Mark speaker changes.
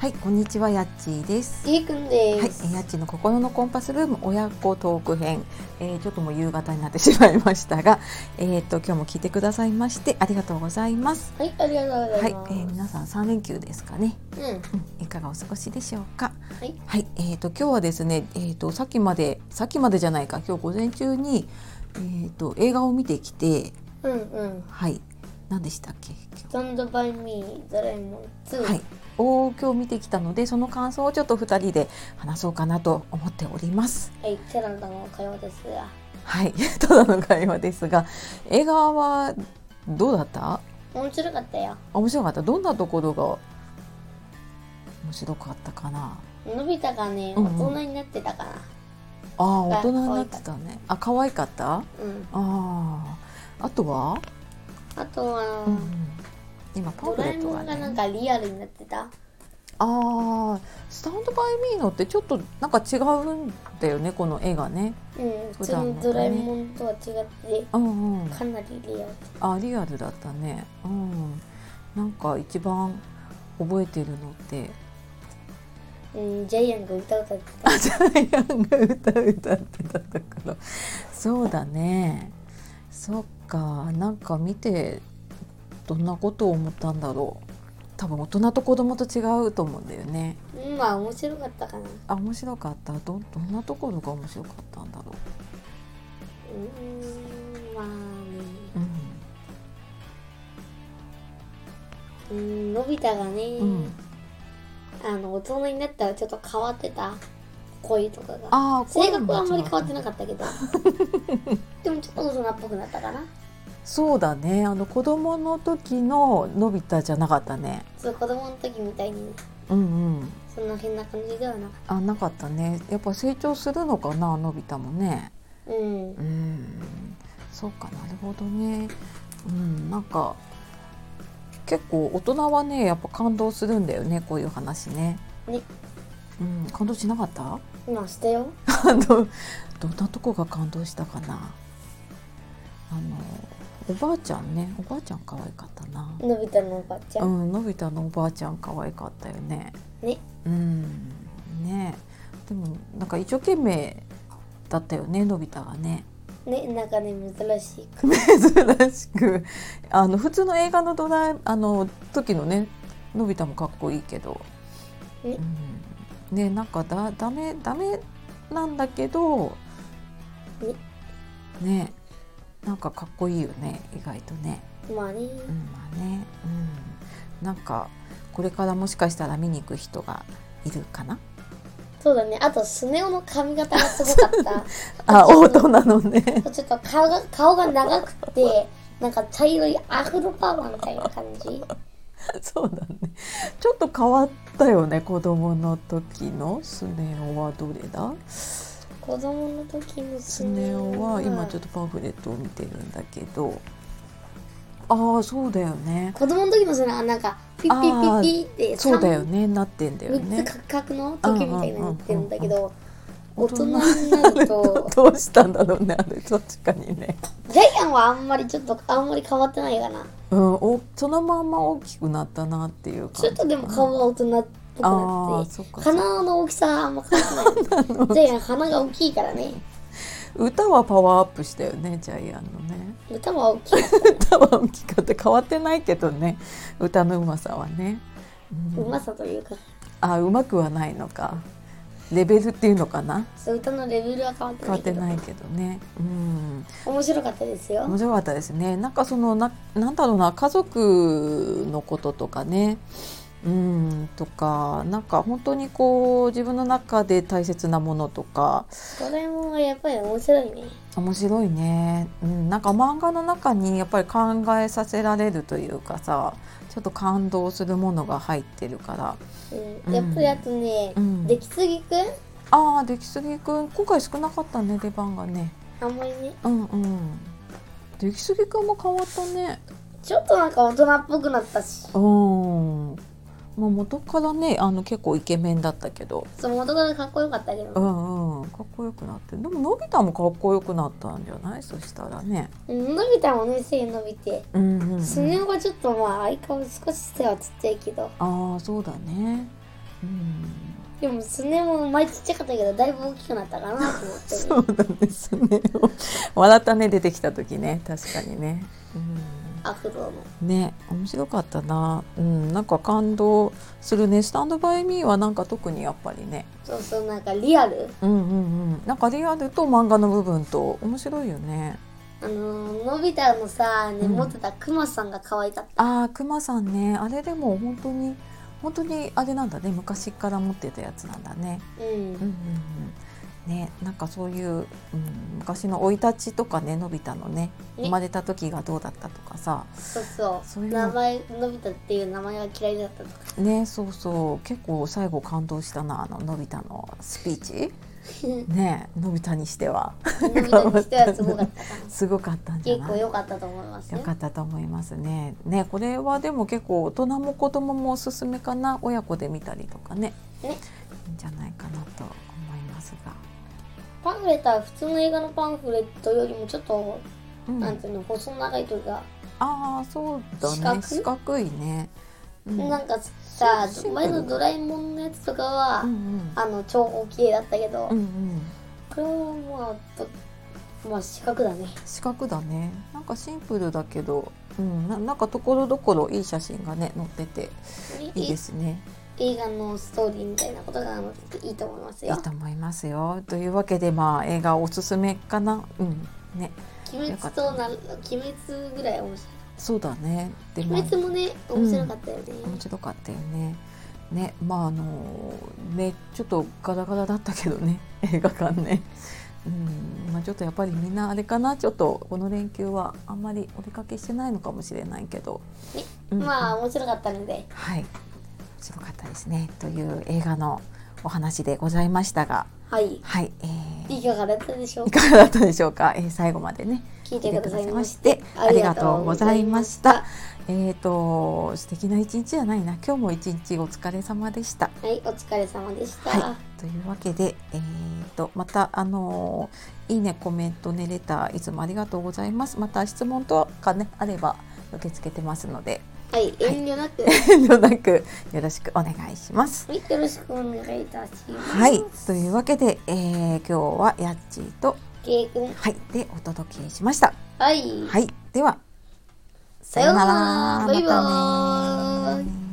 Speaker 1: はい、こんにちは、やっちーです。
Speaker 2: いいくんで
Speaker 1: はい、え
Speaker 2: す。
Speaker 1: ーやっちーの心のコンパスルーム親子トーク編、えーちょっともう夕方になってしまいましたが、えっ、と今日も聞いてくださいましてありがとうございます。
Speaker 2: はい、ありがとうご
Speaker 1: は
Speaker 2: ざ
Speaker 1: い、
Speaker 2: い
Speaker 1: え
Speaker 2: ます。
Speaker 1: ー皆さん三連休ですかね。
Speaker 2: うん、
Speaker 1: うん、いかがお過ごしでしょうか。
Speaker 2: はい、
Speaker 1: はい、えっ、と今日はですね、えっ、とさっきまでさっきまでじゃないか、今日午前中にえっ、と映画を見てきて、
Speaker 2: うん、うん。
Speaker 1: はい、何でしたっけ？今日
Speaker 2: Stand by me, ドラえもん2。
Speaker 1: はい、を今日見てきたのでその感想をちょっと2人で話そうかなと思っております。
Speaker 2: はい、テランダの会話ですが。
Speaker 1: はい、 ただの会話ですが映画はどうだった
Speaker 2: 面白かったよ。
Speaker 1: 面白かったどんなところが面白かったかな
Speaker 2: のび太がね、
Speaker 1: う
Speaker 2: 大
Speaker 1: んうん
Speaker 2: 人になってたかな。
Speaker 1: あー
Speaker 2: が
Speaker 1: 大人になってたねあ可愛かったあ
Speaker 2: うん。
Speaker 1: あーあとは、
Speaker 2: あとは、
Speaker 1: うん今パン
Speaker 2: ド
Speaker 1: フレ
Speaker 2: ラえ
Speaker 1: ット
Speaker 2: も
Speaker 1: が
Speaker 2: んがなん
Speaker 1: ね
Speaker 2: かリアルになってた。
Speaker 1: ああスタンドバイミーのってちょっとなんか違うんだよねこの絵がね
Speaker 2: うん、普
Speaker 1: 普
Speaker 2: 通
Speaker 1: 段のね
Speaker 2: のドラえもんとは違って、
Speaker 1: うんうん
Speaker 2: かなりリアル。
Speaker 1: あリアルだったねうんなんか一番覚えてるのって
Speaker 2: うん、ジャイアンが歌歌ってた。
Speaker 1: あジ ャイアンが歌う歌ってたところそうだねそっかなんか見てどんなことを思ったんだろう多分大人と子供と違うと思うんだよね
Speaker 2: うん、まあ面白かったかな。
Speaker 1: あ面白かったどどんなところが面白かったんだろ
Speaker 2: うん、まあね。
Speaker 1: う
Speaker 2: うん、のび太がね、
Speaker 1: うん、うん、
Speaker 2: あの大人になったらちょっと変わってた恋とかが
Speaker 1: あー
Speaker 2: 性格はあんまり変わって
Speaker 1: い
Speaker 2: なかったけど でもちょっと大人っぽくなったかな
Speaker 1: そうだねあの子供の時ののび太じゃなかったね
Speaker 2: そう子供の時みたいにね
Speaker 1: うんうん
Speaker 2: そんな変な感じではなかっ
Speaker 1: あなかったねやっぱ成長するのかなのび太もね
Speaker 2: たうん、
Speaker 1: うーんそうかなるほどねうんなんか結構大人はねやっぱ感動するんだよねこういう話ね
Speaker 2: ね
Speaker 1: うん感動しなかった
Speaker 2: 今したよ
Speaker 1: あのどんなとこが感動したかなあのおばあちゃんねおばあちゃん可愛かったな
Speaker 2: のび太のおばちゃ、
Speaker 1: うんんのび太のおばあちゃん可愛かったよね
Speaker 2: ね
Speaker 1: うんねでもなんか一生懸命だったよねのび太がね
Speaker 2: ねなんかね珍しい
Speaker 1: 珍しくあの普通の映画のドラあの時のねのび太もかっこいいけど、う
Speaker 2: ね
Speaker 1: んねなんかだダメダメなんだけどねなんかかっこいいよね意外とね、
Speaker 2: まあね
Speaker 1: うん、まあね、うん、なんかこれからもしかしたら見に行く人がいるかな
Speaker 2: そうだねあとスネ夫の髪型がすごかった
Speaker 1: あ大人のね
Speaker 2: ちょっと顔が顔が長くてなんか茶色いアフロパーマみたいな感じ
Speaker 1: そうだねちょっと変わったよね子供の時のスネ夫はどれだ
Speaker 2: 子供の時の
Speaker 1: スネ夫は今ちょっとパンフレットを見てるんだけどああそうだよね
Speaker 2: 子供の時のそのなんかピッピッピッピッって
Speaker 1: そうだよねなってんだよ
Speaker 2: 3
Speaker 1: ね
Speaker 2: つカクカクの時みたいになってるんだけど
Speaker 1: うんうん
Speaker 2: 大
Speaker 1: う
Speaker 2: 人
Speaker 1: んうん
Speaker 2: になると
Speaker 1: どうしたんだろうねあれ 確かにね、
Speaker 2: ジャイアンはあんまりちょっとあんまり変わってないかな
Speaker 1: うん、おそのまんま大きくなったなっていう感
Speaker 2: ち
Speaker 1: じ
Speaker 2: ょっとでも顔は大人っぽくな
Speaker 1: あ
Speaker 2: っ
Speaker 1: あ
Speaker 2: て
Speaker 1: そっかそっか
Speaker 2: 鼻の大きさはあんま変わってないジャイアン鼻が大きいからね
Speaker 1: 歌はパワーアップしたよねジャイアンのね
Speaker 2: 歌も大きい
Speaker 1: 歌は大きかった変わってないけどね歌のうまさはね、う、
Speaker 2: うんまさというか
Speaker 1: あうまくはないのかレベルっていうのかな
Speaker 2: そう歌のレベルは変わって
Speaker 1: 変
Speaker 2: な
Speaker 1: わ
Speaker 2: い
Speaker 1: って
Speaker 2: けど
Speaker 1: ないけどね、うん、
Speaker 2: 面白かったですよ
Speaker 1: 面白かったですねなんかそのななんだろうな家族のこととかねうんとかなんか本当にこう自分の中で大切なものとか
Speaker 2: ドラえもんはやっぱり面白いね
Speaker 1: 面白いね、うん、なんか漫画の中にやっぱり考えさせられるというかさちょっと感動するものが入ってるから
Speaker 2: うんやっぱりあとね、
Speaker 1: うん
Speaker 2: 出来すぎくん
Speaker 1: ああ出来すぎくん今回少なかったね出番がね
Speaker 2: あんまりね
Speaker 1: うんうん出来すぎくんも変わったね
Speaker 2: ちょっとなんか大人っぽくなったし
Speaker 1: うん。まあ元からねあの結構イケメンだったけど、
Speaker 2: そう元からかっこよかったけ
Speaker 1: う
Speaker 2: ど、
Speaker 1: んうん、かっこよくなってでものび太もかっこよくなったんじゃないそしたらね。
Speaker 2: うん、伸びたもね背伸びて
Speaker 1: うんうんうん、
Speaker 2: スネ夫がちょっとまあ相変わらず少し背はちっちゃいけど
Speaker 1: ああそうだね。ううん
Speaker 2: でもスネも前ちっちゃかったけどだいぶ大きくなったかなと思って
Speaker 1: そうなんですね。 笑ったね出てきた時ね確かにね。
Speaker 2: アフロの
Speaker 1: うん、ね面白かったな。うんなんか感動するね。スタンドバイミーはなんか特にやっぱりね。
Speaker 2: そうそうなんかリアル
Speaker 1: うんうんうん。なんかリアルと漫画の部分と面白いよね。
Speaker 2: あのーのび太のさね
Speaker 1: うん
Speaker 2: 持ってたクマさんが可愛かった、
Speaker 1: ああクマさんねあれでも本当に本当にあれなんだね昔から持ってたやつなんだね。
Speaker 2: うん
Speaker 1: うんうんうんね、なんかそういう、うん、昔の生い立ちとかねのび太のね
Speaker 2: ね
Speaker 1: 生まれた時がどうだったとかさ
Speaker 2: そうそう
Speaker 1: そういうの
Speaker 2: 名前のび太っていう名前が嫌い だったとか
Speaker 1: ねそうそう結構最後感動したなあののび太のスピー チねのび太にしては
Speaker 2: のび太にしてはすごかったかな
Speaker 1: すごかったんじゃ
Speaker 2: 結
Speaker 1: な
Speaker 2: 構
Speaker 1: い
Speaker 2: 良かったと思います
Speaker 1: よ
Speaker 2: よ
Speaker 1: かったと思いますねねこれはでも結構大人も子供もおすすめかな親子で見たりとかね
Speaker 2: ね
Speaker 1: いいんじゃないかなと思いますが、
Speaker 2: パンフレットは普通の映画のパンフレットよりもちょっと、
Speaker 1: うん、
Speaker 2: なんていうの細長いというか、
Speaker 1: ああそう
Speaker 2: 四
Speaker 1: だね
Speaker 2: 角
Speaker 1: 四角いね、うん、
Speaker 2: なんかさ
Speaker 1: シンプル
Speaker 2: 前のドラえもんのやつとかは、
Speaker 1: うんうん
Speaker 2: あの長方形だったけど、
Speaker 1: うんうん
Speaker 2: これはまあとまあ四角だね
Speaker 1: 四角だねなんかシンプルだけど、うん、ななんかところどころいい写真がね載ってていいですね
Speaker 2: い映画のストーリーみたいなことが載ってていいと思います
Speaker 1: いい
Speaker 2: よ
Speaker 1: と思いますよというわけでまあ映画おすすめかなうんね
Speaker 2: 鬼滅とな鬼滅ぐらい面白い
Speaker 1: そうだねでも
Speaker 2: 鬼滅もね
Speaker 1: ん
Speaker 2: 面白かったよね、
Speaker 1: 面白かったよねねまああのねちょっとガラガラだったけどね 映画館ねうんまあちょっとやっぱりみんなあれかなちょっとこの連休はあんまりお出かけしてないのかもしれないけど、うん
Speaker 2: まあ面白かったので
Speaker 1: はい面白かったですねという映画のお話でございましたが
Speaker 2: はい
Speaker 1: はい、えー
Speaker 2: いかがだったでしょう
Speaker 1: い
Speaker 2: か
Speaker 1: かがだったでしょうか、えー最後までね
Speaker 2: 聞いてくださいまし
Speaker 1: 聞い
Speaker 2: て
Speaker 1: てくださいましてありがとうございまし
Speaker 2: あり
Speaker 1: たえっ、と素敵な一日じゃないな今日も一日お疲れ様でした
Speaker 2: がとうはいお疲れ様でした、
Speaker 1: はというわけで、えー、とまたあのーいいねコメントねレターいつもありがとうございますまた質問とかねあれば受け付けてますので
Speaker 2: はい、遠慮なく、
Speaker 1: 遠慮なくよろしくお願いします
Speaker 2: よろしくお願いいたします。
Speaker 1: はいというわけで、えー今日はやっちーと
Speaker 2: けいくん、
Speaker 1: はいでお届けしました
Speaker 2: はい。
Speaker 1: はいでは
Speaker 2: さような
Speaker 1: さようなら
Speaker 2: らバイバーイ
Speaker 1: またね